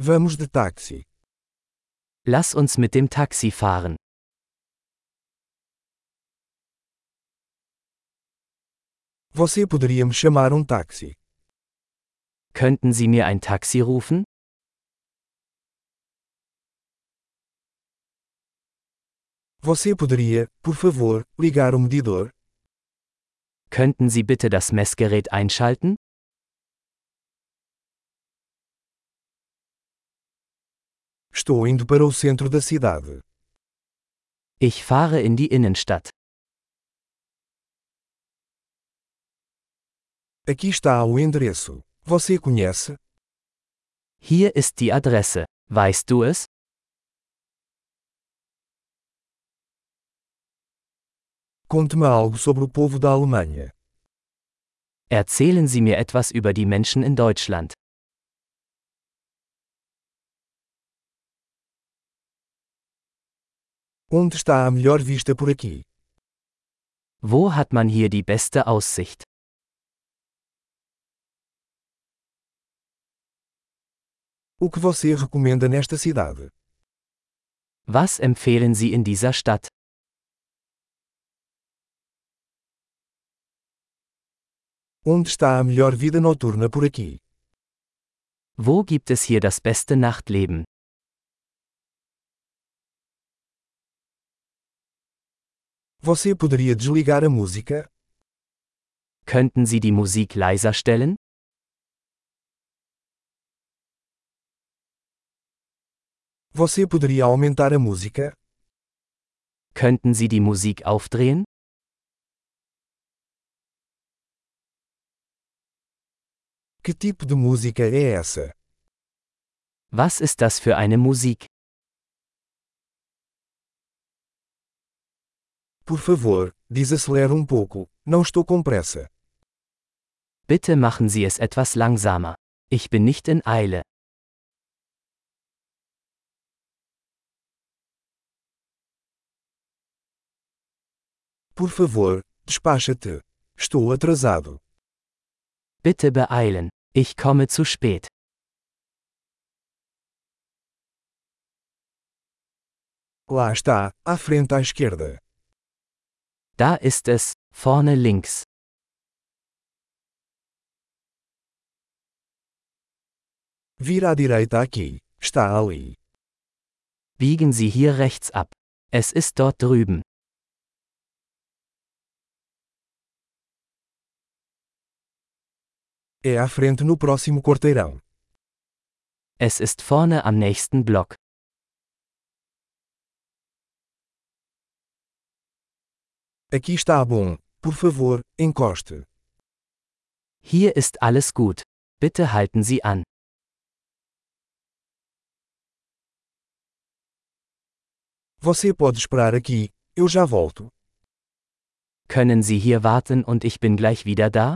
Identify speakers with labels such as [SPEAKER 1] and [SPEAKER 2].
[SPEAKER 1] Vamos de táxi.
[SPEAKER 2] Lass uns mit dem Taxi fahren.
[SPEAKER 1] Você poderia me chamar um táxi?
[SPEAKER 2] Könnten Sie mir ein Taxi rufen?
[SPEAKER 1] Você poderia, por favor, ligar o medidor?
[SPEAKER 2] Könnten Sie bitte das Messgerät einschalten?
[SPEAKER 1] Estou indo para o centro da cidade.
[SPEAKER 2] Ich fahre in die Innenstadt.
[SPEAKER 1] Aqui está o endereço. Você conhece?
[SPEAKER 2] Hier ist die Adresse. Weißt du es?
[SPEAKER 1] Conte-me algo sobre o povo da Alemanha.
[SPEAKER 2] Erzählen Sie mir etwas über die Menschen in Deutschland.
[SPEAKER 1] Onde está a melhor vista por aqui?
[SPEAKER 2] Wo hat man hier die beste Aussicht?
[SPEAKER 1] O que você recomenda nesta cidade?
[SPEAKER 2] Was empfehlen Sie in dieser Stadt?
[SPEAKER 1] Onde está a melhor vida noturna por aqui?
[SPEAKER 2] Wo gibt es hier das beste Nachtleben?
[SPEAKER 1] Você poderia desligar a música?
[SPEAKER 2] Könnten Sie die Musik leiser stellen?
[SPEAKER 1] Você poderia aumentar a música?
[SPEAKER 2] Könnten Sie die Musik aufdrehen?
[SPEAKER 1] Que tipo de música é essa?
[SPEAKER 2] Was ist das für eine Musik?
[SPEAKER 1] Por favor, desacelere um pouco. Não estou com pressa.
[SPEAKER 2] Bitte machen Sie es etwas langsamer. Ich bin nicht in Eile.
[SPEAKER 1] Por favor, despacha-te. Estou atrasado.
[SPEAKER 2] Bitte beeilen. Ich komme zu spät.
[SPEAKER 1] Lá está, à frente à esquerda.
[SPEAKER 2] Da ist es, vorne links.
[SPEAKER 1] Vira à direita aqui. Está ali.
[SPEAKER 2] Biegen Sie hier rechts ab. Es ist dort drüben.
[SPEAKER 1] É à frente no próximo quarteirão.
[SPEAKER 2] Es ist vorne am nächsten Block.
[SPEAKER 1] Aqui está bom. Por favor, encoste.
[SPEAKER 2] Hier ist alles gut. Bitte halten Sie an.
[SPEAKER 1] Você pode esperar aqui. Eu já volto.
[SPEAKER 2] Können Sie hier warten und ich bin gleich wieder da?